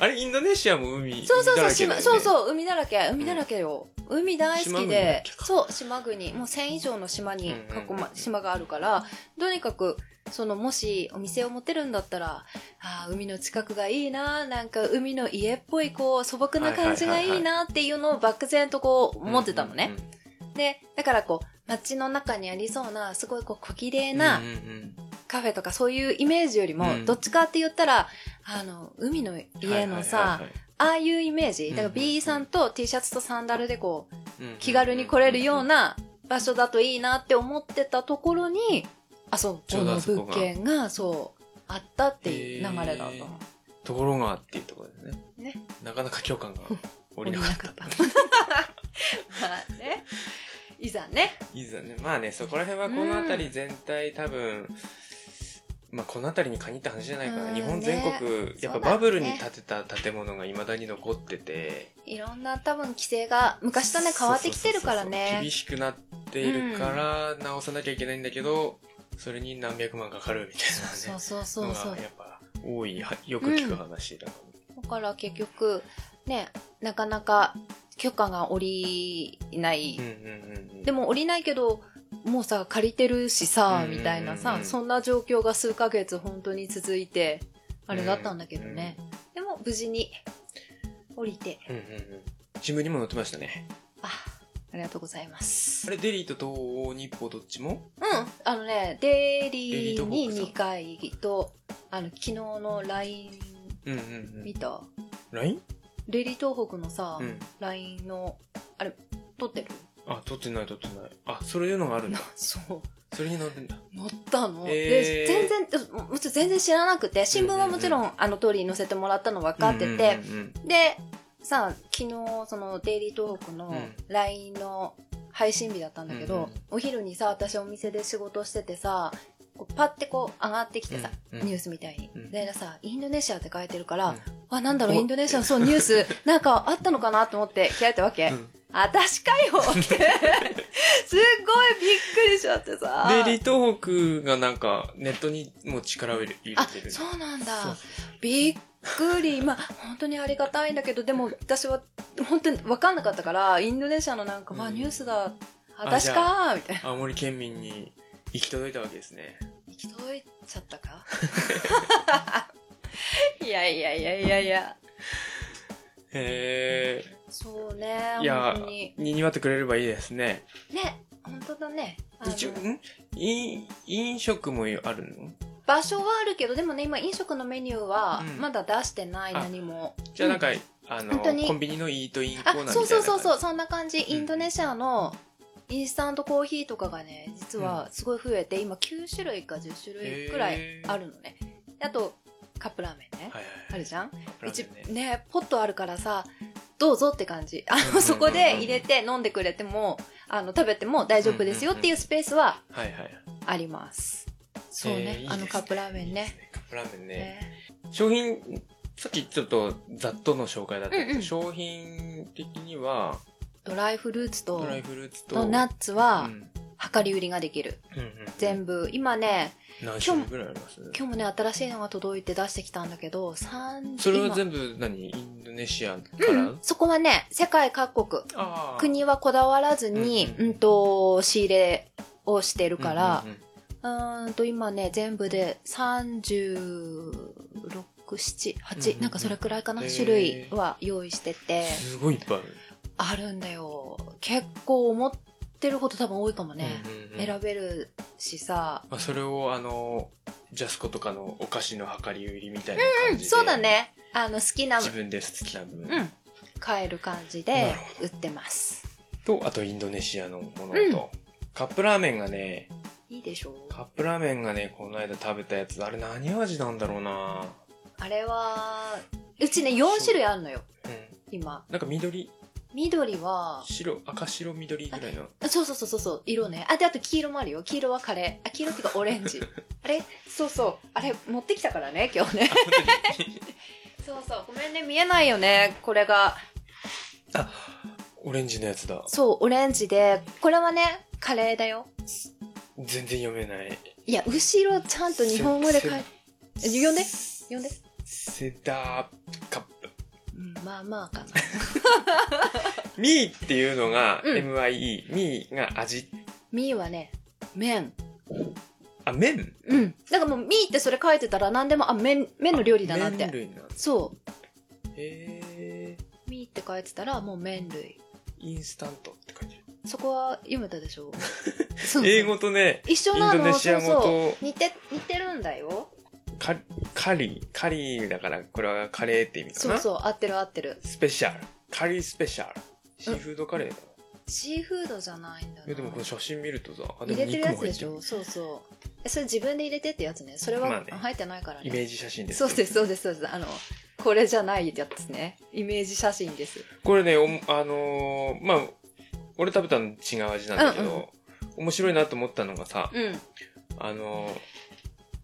Speaker 2: あれインドネシアも海
Speaker 1: そうそうそう、
Speaker 2: 海
Speaker 1: 島、
Speaker 2: だらけだよね
Speaker 1: そうそう、海だらけ、海だらけよ。海大好
Speaker 2: 島
Speaker 1: き
Speaker 2: 国だっ
Speaker 1: で
Speaker 2: け、か
Speaker 1: そう、島国、もう1000以上の島に囲
Speaker 2: うんうんうん
Speaker 1: ま、島があるから、とにかく、その、もしお店を持てるんだったら、あー海の近くがいいな、なんか海の家っぽい、こう、素朴な感じがいいなっていうのを漠然とこう、思ってたのね。で、だからこう、街の中にありそうな、すごいこう、小綺麗
Speaker 2: うんうんうん。
Speaker 1: な、
Speaker 2: うんうん
Speaker 1: カフェとかそういうイメージよりも、
Speaker 2: うん
Speaker 1: どっちかって言ったら、あの、海の
Speaker 2: うん
Speaker 1: 家のさ、
Speaker 2: はいはいはいはい
Speaker 1: ああいうイメージ。だか
Speaker 2: うん
Speaker 1: ら
Speaker 2: うん
Speaker 1: B さんと T シャツとサンダルでこう、
Speaker 2: うん
Speaker 1: 気軽に来れるよう
Speaker 2: な
Speaker 1: な場所だといいなって思ってたところに、あそ
Speaker 2: ち
Speaker 1: こ
Speaker 2: ょうど
Speaker 1: の
Speaker 2: あそこ
Speaker 1: 物
Speaker 2: が
Speaker 1: 件が、そう、あったっていう流れだっ
Speaker 2: へ
Speaker 1: た
Speaker 2: ー
Speaker 1: の。
Speaker 2: ところがっていうところですね。
Speaker 1: ね。
Speaker 2: なかなか共感が
Speaker 1: [LAUGHS]
Speaker 2: 降りなかった。
Speaker 1: 降りなかった。まあね。いざね。
Speaker 2: いいですよね。まあね、そこら辺はこの辺り全体多分、まあ、この辺りに限った話じゃないかな。
Speaker 1: うん
Speaker 2: 日本全国、
Speaker 1: ね
Speaker 2: やっ
Speaker 1: そ
Speaker 2: ぱ
Speaker 1: うだね
Speaker 2: バブルに建てた建物が未だに残ってて。
Speaker 1: いろんな多分規制が昔とね変わってきてるから
Speaker 2: そうそうそうそう
Speaker 1: ね
Speaker 2: 厳しくなっているから、直さなきゃいけないんだけど、それに何百万かかるみたいなね。
Speaker 1: そうそうそうそう
Speaker 2: のがやっぱ多い、はよく聞く話だから。
Speaker 1: だから結局ねなかなか許可が下りない、
Speaker 2: うんうんうんうん
Speaker 1: でも降りないけどもうさ借りてるしさ
Speaker 2: う
Speaker 1: み
Speaker 2: ん
Speaker 1: たいなさ、
Speaker 2: うん
Speaker 1: そんな状況が数ヶ月本当に続いてあれだったんだけどね、でも無事に降りて
Speaker 2: うんうんうん新聞にも載ってましたね。
Speaker 1: あありがとうございます
Speaker 2: あれ、デリーと東欧日報どっちも
Speaker 1: うん、あのね、デイリーに
Speaker 2: デイリー東北さん
Speaker 1: 2回と、あの、昨日の LINE
Speaker 2: うんうんうん
Speaker 1: 見。た、
Speaker 2: LINE?
Speaker 1: デイリー東北のさ、
Speaker 2: うん。
Speaker 1: LINE の、あれ、撮ってる
Speaker 2: あ、撮ってない撮ってない。あ、そういうのがあるんだ。
Speaker 1: [LAUGHS] そう。
Speaker 2: それに載るんだ。
Speaker 1: 載ったの。
Speaker 2: え
Speaker 1: で、
Speaker 2: ー
Speaker 1: 全然、うもちろん全然知らなくて、新聞はもちろん、
Speaker 2: うん
Speaker 1: あの通りに載せてもらったの分かってて、
Speaker 2: うんうんうん
Speaker 1: で、さあ、昨日、その、デイリー東北
Speaker 2: う
Speaker 1: の
Speaker 2: ん
Speaker 1: LINE の配信日だったんだけど、
Speaker 2: うんうん
Speaker 1: お昼にさ、私お店で仕事しててさ、こうパッてこう上がってきてさ、
Speaker 2: うんうん
Speaker 1: ニュースみたいに。
Speaker 2: うん
Speaker 1: でさ、インドネシアって書いてるから、
Speaker 2: う
Speaker 1: あ、なんだろう、
Speaker 2: お
Speaker 1: インドネシアのそう、ニュー
Speaker 2: [LAUGHS]
Speaker 1: ス、なんかあったのかなと思って開いたわ [LAUGHS] け。
Speaker 2: ん
Speaker 1: あ、確かよって。 [LAUGHS] すっごいびっくりしちゃってさ。
Speaker 2: デイリー東北がなんかネットにも力を入れ入れ
Speaker 1: あ
Speaker 2: てる、
Speaker 1: そうなん
Speaker 2: そう
Speaker 1: だ。びっく
Speaker 2: [LAUGHS]
Speaker 1: り。まあ、本当にありがたいんだけど、でも私は本当に分かんなかったから、インドネシアのなんか、まあ
Speaker 2: うん
Speaker 1: ニュースだ。あ、
Speaker 2: あじ
Speaker 1: 確
Speaker 2: ゃ
Speaker 1: かみたいな。 [LAUGHS]
Speaker 2: 青森県民に行き届いたわけですね
Speaker 1: 行き届いちゃったかいやいやいやいやいや。
Speaker 2: へ
Speaker 1: そうね
Speaker 2: えい、や
Speaker 1: 本当に。
Speaker 2: にぎわってくれればいいですね
Speaker 1: ね、本当だね。あの
Speaker 2: 一応ん飲飲食もあるの
Speaker 1: 場所はあるけど、でもね、今飲食のメニューは
Speaker 2: うん
Speaker 1: まだ出してない、
Speaker 2: あ
Speaker 1: 何も。
Speaker 2: じゃあなんか、
Speaker 1: う
Speaker 2: あの
Speaker 1: 本当に
Speaker 2: コンビニのイートインコーナーみ
Speaker 1: あ、
Speaker 2: たいな
Speaker 1: そうそうそうそうう、そんな感じ。インドネシアのインスタントコーヒーとかがね、実はすごい増えて、今9種類か10種類くらいあるのね。あと、カップラーメンね。
Speaker 2: はい
Speaker 1: あ
Speaker 2: はい
Speaker 1: るじゃん
Speaker 2: はい
Speaker 1: 一
Speaker 2: ラーメンね
Speaker 1: ねポットあるからさどうぞって感じあ
Speaker 2: うんうんうんう
Speaker 1: の [LAUGHS]
Speaker 2: ん
Speaker 1: そこで入れて飲んでくれてもあの食べても大丈夫ですよっていうスペースは
Speaker 2: はいはい
Speaker 1: ありますそう
Speaker 2: えーいい
Speaker 1: ね
Speaker 2: ですね
Speaker 1: あのカップラーメン
Speaker 2: いいです
Speaker 1: ね
Speaker 2: ねカップラーメンね
Speaker 1: ね
Speaker 2: 商品さっきちょっとざっとの紹介だったけど、
Speaker 1: うんうん
Speaker 2: 商品的には
Speaker 1: ドライフルーツと
Speaker 2: ドライフルーツと
Speaker 1: のナッツ
Speaker 2: う
Speaker 1: は
Speaker 2: ん
Speaker 1: 量り売りができる
Speaker 2: うんうんうん
Speaker 1: 全部今ね
Speaker 2: 何種類ぐらいあります
Speaker 1: 今日もね新しいのが届いて出してきたんだけど3
Speaker 2: それは全部何インドネシアから、
Speaker 1: うんそこはね世界各国
Speaker 2: あー
Speaker 1: 国はこだわらずに、
Speaker 2: うん
Speaker 1: うんと仕入れをしてるから、
Speaker 2: うんうんうん
Speaker 1: うーんと今ね全部で367 8、
Speaker 2: うんうん
Speaker 1: なんかそれくらいかな、
Speaker 2: へー
Speaker 1: 種類は用意してて
Speaker 2: すごいいっぱいある、
Speaker 1: あるんだよ結構思ってるほど多分多いかもね、
Speaker 2: うんうんうん
Speaker 1: 選べるしさ
Speaker 2: まあ、それをあのジャスコとかのお菓子の量り売りみたいな
Speaker 1: う
Speaker 2: 感
Speaker 1: ん
Speaker 2: じで、
Speaker 1: そうだねあの好きなう
Speaker 2: 自分で好きな分、
Speaker 1: ん買える感じ
Speaker 2: な
Speaker 1: で
Speaker 2: る
Speaker 1: 売ってます
Speaker 2: とあとインドネシアのものと、
Speaker 1: うん
Speaker 2: カップラーメンがね
Speaker 1: いいでしょう
Speaker 2: カップラーメンがねこの間食べたやつあれ何味なんだろうな、
Speaker 1: あれはうちね4種類あるのよ
Speaker 2: うん、
Speaker 1: 今
Speaker 2: なんか緑
Speaker 1: 緑は
Speaker 2: 白赤白緑ぐらいの
Speaker 1: あそうそうそうそうそう色ねあであと黄色もあるよ黄色はカレーあ黄色っていうかオレン
Speaker 2: [LAUGHS]
Speaker 1: ジあれそうそうあれ持ってきたからね今日ね [LAUGHS] そうそうごめんね見えないよねこれが
Speaker 2: あオレンジのやつだ
Speaker 1: そうオレンジでこれはねカレーだよ
Speaker 2: 全然読めない
Speaker 1: いや後ろちゃんと日本語で書いて呼んで呼んで、
Speaker 2: セダーカップ
Speaker 1: うん、まあまあかな
Speaker 2: ミーっていうのが、
Speaker 1: うん
Speaker 2: MIE。ミーが味。
Speaker 1: ミーはね麺
Speaker 2: あ、麺
Speaker 1: うんだからもうミーってそれ書いてたら何でもあ麺麺の料理だなっ
Speaker 2: あ麺
Speaker 1: て
Speaker 2: 類なんだ
Speaker 1: そ
Speaker 2: へー
Speaker 1: うミーって書いてたらもう麺類
Speaker 2: インスタントって感じ。
Speaker 1: そこは読めたでし
Speaker 2: [LAUGHS]
Speaker 1: ょそうそう
Speaker 2: 英語とね、
Speaker 1: 一緒
Speaker 2: イ
Speaker 1: な
Speaker 2: ン
Speaker 1: の
Speaker 2: ドネシア語
Speaker 1: そうそう
Speaker 2: と
Speaker 1: 似て似てるんだよ
Speaker 2: カカリー。カリーだから、これはカレーって意味か
Speaker 1: そう
Speaker 2: な。
Speaker 1: そう合ってる合ってる
Speaker 2: スペシャル。カリースペシャル。シーフードカレーだな。
Speaker 1: シーフードじゃないんだ
Speaker 2: いやでもこの
Speaker 1: な
Speaker 2: 写真見るとさ、あ、
Speaker 1: 入れてるやつでし
Speaker 2: る
Speaker 1: ょそうそうえそれ自分で入れてってやつねそれ
Speaker 2: まあ
Speaker 1: は
Speaker 2: ね
Speaker 1: 入ってないからね,、
Speaker 2: イメージ写真です。
Speaker 1: そうですそうですそうですあのこれじゃないやつですねイメージ写真です
Speaker 2: これね、おもあのーまあ、俺食べたの違う味なんだけど、面白いなと思ったのがさ、
Speaker 1: うん
Speaker 2: あの、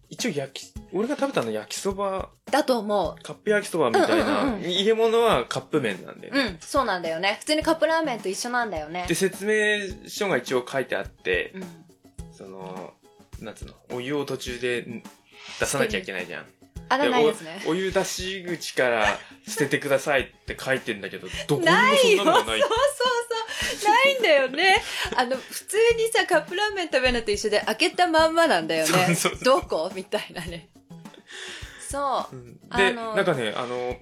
Speaker 2: い一応焼き、俺が食べたの焼きそば、
Speaker 1: だと思う。
Speaker 2: カップ焼きそばみたいな、
Speaker 1: うんうんうんうん
Speaker 2: 入れ物はカップ麺なんで、ね
Speaker 1: うん、そうなんだよね。普通にカップラーメンと一緒なんだよね
Speaker 2: で、。説明書が一応書いてあって、
Speaker 1: うん。
Speaker 2: その、なんつうの、お湯を途中でん出さなきゃいけないじゃん。
Speaker 1: あら
Speaker 2: で
Speaker 1: ないですね。
Speaker 2: おお湯出し口から捨ててくださいって書いてんだ
Speaker 1: [LAUGHS]
Speaker 2: けど、どこにも
Speaker 1: ない
Speaker 2: そ
Speaker 1: よ。
Speaker 2: ん
Speaker 1: そう
Speaker 2: な
Speaker 1: そう
Speaker 2: のがない。
Speaker 1: そう。ないんだよね。あの、普通にさ、カップラーメン食べるのと一緒で、開けたまんまなんだよね。
Speaker 2: そうそう
Speaker 1: どこみたいなね。そうう。
Speaker 2: ん
Speaker 1: あ
Speaker 2: で、
Speaker 1: の
Speaker 2: なんかね、あの、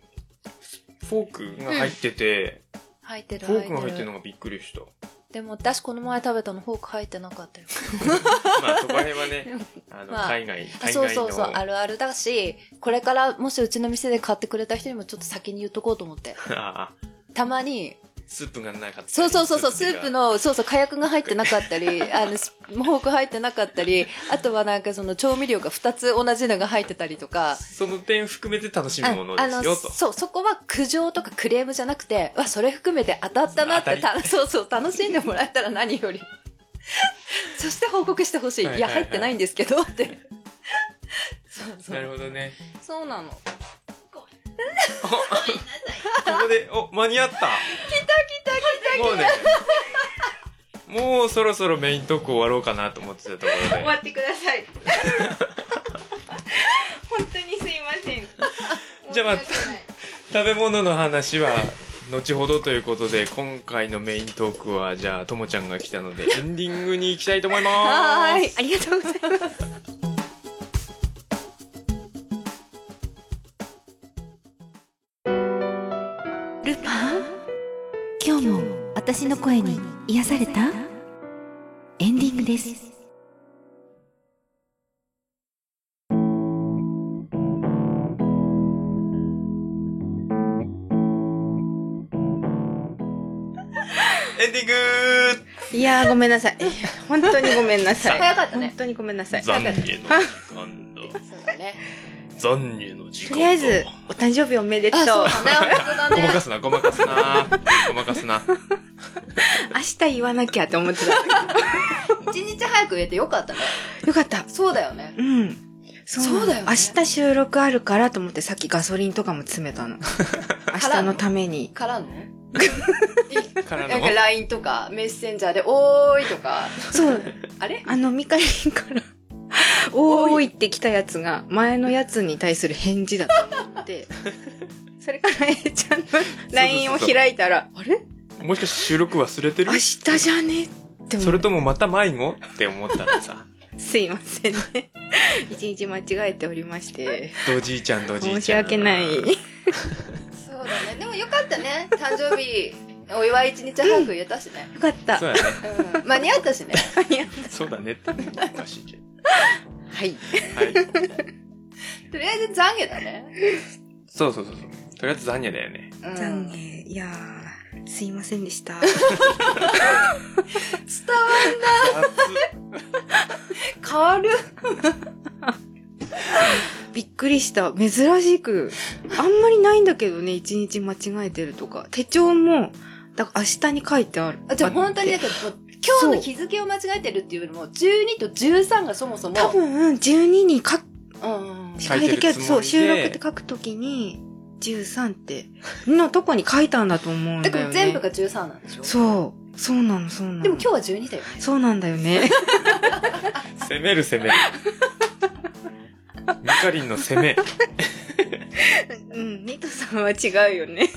Speaker 2: フォークが入ってて、
Speaker 1: 入ってる。
Speaker 2: フォークが入ってる
Speaker 1: る。
Speaker 2: のがびっく
Speaker 1: [LAUGHS]
Speaker 2: りした。
Speaker 1: でも、私この前食べたのフォーク入ってなかったよ。
Speaker 2: まあそこら辺はね、あの、
Speaker 1: まあ
Speaker 2: 海外、
Speaker 1: あ
Speaker 2: 海
Speaker 1: そう
Speaker 2: 外
Speaker 1: そうそう、あ
Speaker 2: の、
Speaker 1: るあるだし、これからもしうちの店で買ってくれた人にもちょっと先に言っとこうと思って。
Speaker 2: ああ
Speaker 1: たまに、
Speaker 2: スープがなかったり。
Speaker 1: そうそうそうそう、スー
Speaker 2: が
Speaker 1: プ。の、そうそう、火薬が入ってなかった
Speaker 2: [LAUGHS]
Speaker 1: り、あの、スフォーク入ってなかったり、あとはなんかその調味料が2つ同じのが入ってたりとか、
Speaker 2: その点含めて楽し
Speaker 1: あ
Speaker 2: むものですよ、と。
Speaker 1: そう、そこは苦情とかクレームじゃなくて、わ、それ含めて当たったなって、
Speaker 2: 当た
Speaker 1: たそうそう、楽しんでもらえたら何より。 [LAUGHS] そして報告してほしい。
Speaker 2: はい
Speaker 1: い
Speaker 2: は
Speaker 1: や、
Speaker 2: いはい
Speaker 1: 入ってないんですけど、って。そうそ
Speaker 2: なる
Speaker 1: う。
Speaker 2: ほどね。
Speaker 1: そうなの。
Speaker 2: おここで、お、間に合った。来た来た来たもうね、もうそろそろメイントーク終わろうかなと思ってたところで。
Speaker 3: ってください。
Speaker 2: [LAUGHS]
Speaker 3: 本当にすいません。
Speaker 2: じゃあまあ
Speaker 3: 申し訳ない
Speaker 2: 食べ物の話は、後ほどということで、今回のメイントークは、じゃあ、ともちゃんが来たので、
Speaker 3: [LAUGHS]
Speaker 2: エンディングに行きたいと思います。
Speaker 1: はーい。ありがとうございます。
Speaker 4: ルパン今日も私の声に癒されたエンディングです
Speaker 2: エンディング
Speaker 3: いやーごめんなさい。 [LAUGHS] 本当にごめんなさい。
Speaker 1: 早かったね
Speaker 3: 本。当にごめんなさい。
Speaker 2: 残
Speaker 3: と
Speaker 2: 悔の時間だ。
Speaker 1: そうだね。
Speaker 2: 残悔の時間だ。
Speaker 3: りあえず、お誕生日おめでとう。
Speaker 1: あ、そう
Speaker 3: 明
Speaker 1: だね。 [LAUGHS] 本当だ
Speaker 2: ごま
Speaker 1: ね。
Speaker 2: かすな、ごまかすな。ごまかすな。
Speaker 3: 日言わなきゃって思ってた。
Speaker 1: 一日早く言えてよかったね。
Speaker 3: よかった。
Speaker 1: そうだよね。
Speaker 3: うん。そなの
Speaker 1: そうだよね
Speaker 3: 明日収録あるからと思ってさっきガソリンとかも詰め
Speaker 1: [LAUGHS]
Speaker 3: たの。明日のために。
Speaker 1: から [LAUGHS] の
Speaker 2: から
Speaker 1: な
Speaker 2: の
Speaker 1: んか LINE とかメッセンジャーで「おーい」とか
Speaker 3: そう。
Speaker 1: あれ
Speaker 3: あの、ミカリンから、おーいって来たやつが、前のやつに対する返事だと
Speaker 1: [LAUGHS]
Speaker 3: 思って、それから、えちゃんの LINE を開いたら、あれ
Speaker 2: もしかして収録忘れてる
Speaker 3: 明日じゃねって
Speaker 2: そ
Speaker 3: 思
Speaker 2: れ
Speaker 3: っ
Speaker 2: ともまた迷子って思ったら
Speaker 3: [LAUGHS]
Speaker 2: さ、
Speaker 3: すいませんね。 [LAUGHS] 一日間違えておりまして、
Speaker 2: どじいちゃんどじいちゃん。
Speaker 3: 申し訳ない。
Speaker 1: そうだねでもよかったね誕生日お祝い一日早く言えたしね、
Speaker 3: よかった。
Speaker 2: そう
Speaker 3: は
Speaker 2: だね。
Speaker 1: うん、間に合ったしね
Speaker 2: そうだねってねおかしいけど。
Speaker 3: い。
Speaker 2: はい。
Speaker 1: とりあえず懺悔だね、
Speaker 2: そうそうそうそう。とりあえず残念だよ
Speaker 3: [LAUGHS]
Speaker 2: ね。
Speaker 1: うん、
Speaker 3: 残念。いやー、すいませんでした。
Speaker 1: 伝わる変わる
Speaker 3: びっくりした。珍しく。あんまりないんだけどね、一日間違えてるとか。手帳も、だから明日に書いてある。
Speaker 1: あじゃあ本当にだ
Speaker 3: って
Speaker 1: けど今日の日付を間違えてるっていうよりも12と13がそもそも
Speaker 3: 多分、12に書く、
Speaker 1: うん
Speaker 2: 書いてるつもりで
Speaker 3: 書いてるそう、収録って書くときに、13って、のとこに書いたんだと思うんだ
Speaker 1: だ
Speaker 3: よ
Speaker 1: か
Speaker 3: ね。
Speaker 1: ら全部が13なんでしょ
Speaker 3: そう。そうなの、そうなの。
Speaker 1: でも今日は12だよね
Speaker 3: そうなんだよね。
Speaker 2: 攻める攻める。ミカリンの攻め。
Speaker 3: [LAUGHS] うん、ニトさんは違うよね。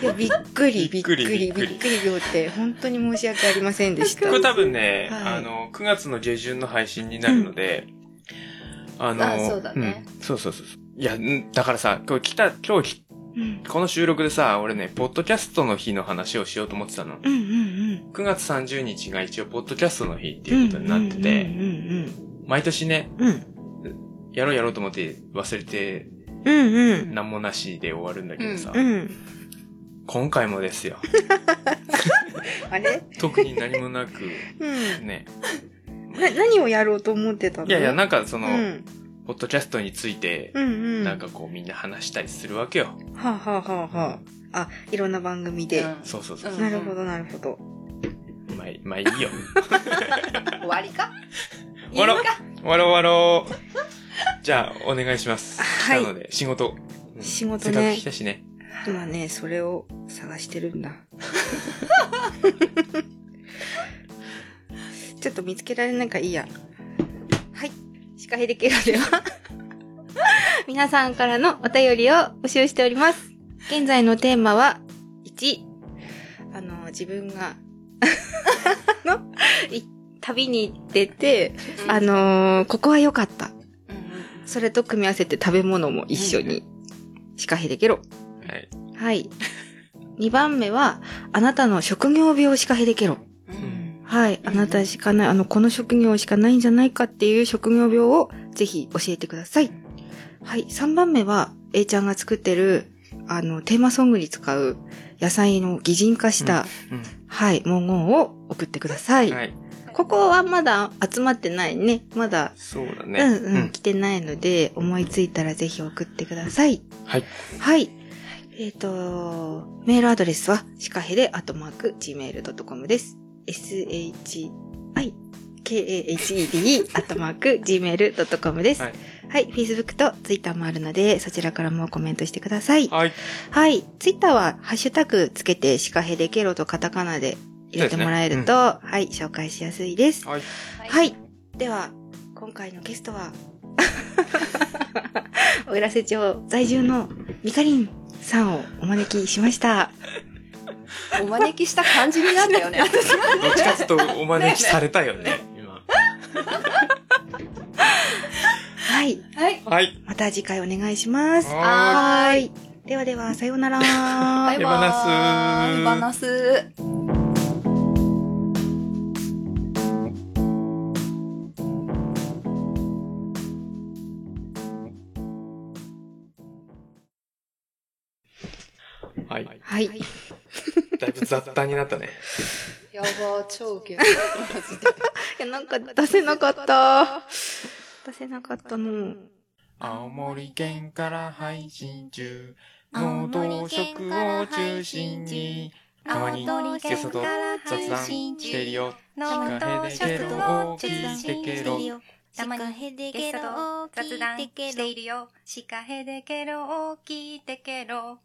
Speaker 3: いや、びっくり、びっくり、
Speaker 2: び
Speaker 3: び
Speaker 2: っ
Speaker 3: っ
Speaker 2: く
Speaker 3: く
Speaker 2: り
Speaker 3: り仰天。本当に申し訳ありませんでした
Speaker 2: こ。れ多分ね、
Speaker 3: はい
Speaker 2: あの、9月の下旬の配信になるので、あの、
Speaker 1: あそうだね
Speaker 2: んそうそうそうそう。いや、んだからさ、今日来た、今日き
Speaker 3: うん、
Speaker 2: この収録でさ、俺ね、ポッドキャストの日の話をしようと思ってたの。
Speaker 3: うん、うん、
Speaker 2: 9月30日が一応、ポッドキャストの日って
Speaker 3: うん。
Speaker 2: いうことになってて、
Speaker 3: うん、
Speaker 2: 毎年ね、
Speaker 3: うん、うん。
Speaker 2: やろうやろうと思って忘れて、
Speaker 3: うん、うん。
Speaker 2: なんもなしで終わるんだけどさ、
Speaker 3: うん。
Speaker 2: 今回もですよ。
Speaker 3: あれ
Speaker 2: 特に何もなく、
Speaker 3: うん。
Speaker 2: ね。
Speaker 3: な、何をやろうと思ってたの
Speaker 2: いやいや、なんかそうの、
Speaker 3: ん。
Speaker 2: ポッドキャストについて、
Speaker 3: うんうん。
Speaker 2: なんか、こうみんな話したりするわけよ。
Speaker 3: はあ、はあはあはあ、あ、いろんな番組で。
Speaker 1: うん
Speaker 2: そうそうそう。
Speaker 1: うん
Speaker 3: なるほど、なるほど。 [LAUGHS]
Speaker 2: まあ、まあいいよ。
Speaker 1: 終わりか
Speaker 2: 終わろう
Speaker 1: いいか
Speaker 2: わろわろ。じゃあ、お願いします。
Speaker 3: はい
Speaker 2: なので、仕事。うん
Speaker 3: 仕事
Speaker 2: せっ
Speaker 3: ね
Speaker 2: かく来たしね。
Speaker 3: 今ね、それを探してるんだ。 [LAUGHS] ちょっと見つけられないからいいや。はい。シカヘデケロでは、 [LAUGHS] 皆さんからのお便りを募集しております。現在のテーマは、1、あの、自分が [LAUGHS] あの、い旅に行ってて、あのここは良かった。それと組み合わせて食べ物も一緒に、シカヘデケロ。
Speaker 2: はい。
Speaker 3: はい。2番目は、あなたの職業病しかへでけろ。
Speaker 2: ん
Speaker 3: はい。あなたしかない、あの、この職業しかないんじゃないかっていう職業病をぜひ教えてください。はい。3番目は、A ちゃんが作ってる、あの、テーマソングに使う野菜の擬人化した、
Speaker 2: うん
Speaker 3: はい、文言を送ってください。
Speaker 2: はい。
Speaker 3: ここはまだ集まってないね。まだ、
Speaker 2: そうだね。
Speaker 3: うんうん、来てないので、思いついたらぜひ送ってください。
Speaker 2: はい。
Speaker 3: はい。えっ、と、メールアドレスは、シカヘで、アットマーク、gmail.com です。shi, k-a-h-e-d, アットマーク、gmail.com です。
Speaker 2: は
Speaker 3: はいい。Facebook と Twitter もあるので、そちらからもコメントしてください。
Speaker 2: はい。
Speaker 3: はい。Twitter は、ハッシュタグつけて、シカヘでケロとカタカナで入れてもらえると、はい、紹介しやすいです。
Speaker 2: はい。
Speaker 3: はい。では、今回のゲストは、 [LAUGHS] 小浦瀬町在住のミカリンさんをお招きしました。
Speaker 1: お招きした感じになったよね。
Speaker 2: どっちかっつうと、お招きされたよ
Speaker 3: [LAUGHS]
Speaker 2: ね、今。
Speaker 3: はい。
Speaker 1: [LAUGHS] はい。
Speaker 2: はい。
Speaker 3: また次回お願いします。
Speaker 2: は
Speaker 3: はーい。ではでは、さようなら。
Speaker 1: バ
Speaker 2: い
Speaker 1: イバーイ。
Speaker 2: 手放す
Speaker 1: 手放す。
Speaker 2: ーいはい。
Speaker 3: はい。
Speaker 2: だいぶ雑多になったね。
Speaker 1: やば、超ウケる。マジで
Speaker 3: なんか出せなかった。出せなかったの。
Speaker 2: 青森県から配信中。農道食を中心に、たまにゲストと雑談してるよ。
Speaker 5: 農
Speaker 2: 道
Speaker 5: 道
Speaker 2: 食
Speaker 5: 食
Speaker 2: 堂
Speaker 5: 堂
Speaker 2: を
Speaker 5: を
Speaker 2: 中
Speaker 5: 中
Speaker 2: 心に
Speaker 5: 心に
Speaker 2: し
Speaker 5: してて
Speaker 2: る
Speaker 5: る
Speaker 2: よ
Speaker 5: よ。
Speaker 4: た
Speaker 5: た
Speaker 4: ま
Speaker 5: ま
Speaker 4: に
Speaker 5: に
Speaker 4: ゲ
Speaker 5: ゲ
Speaker 4: ス
Speaker 5: ス
Speaker 4: ト
Speaker 5: ト
Speaker 4: を
Speaker 5: を
Speaker 4: 雑
Speaker 5: 雑
Speaker 4: 談
Speaker 5: 談
Speaker 4: し
Speaker 5: してて
Speaker 4: い
Speaker 5: い
Speaker 4: る
Speaker 5: る
Speaker 4: よ
Speaker 5: よ。シカヘデケロを聞いてケロ。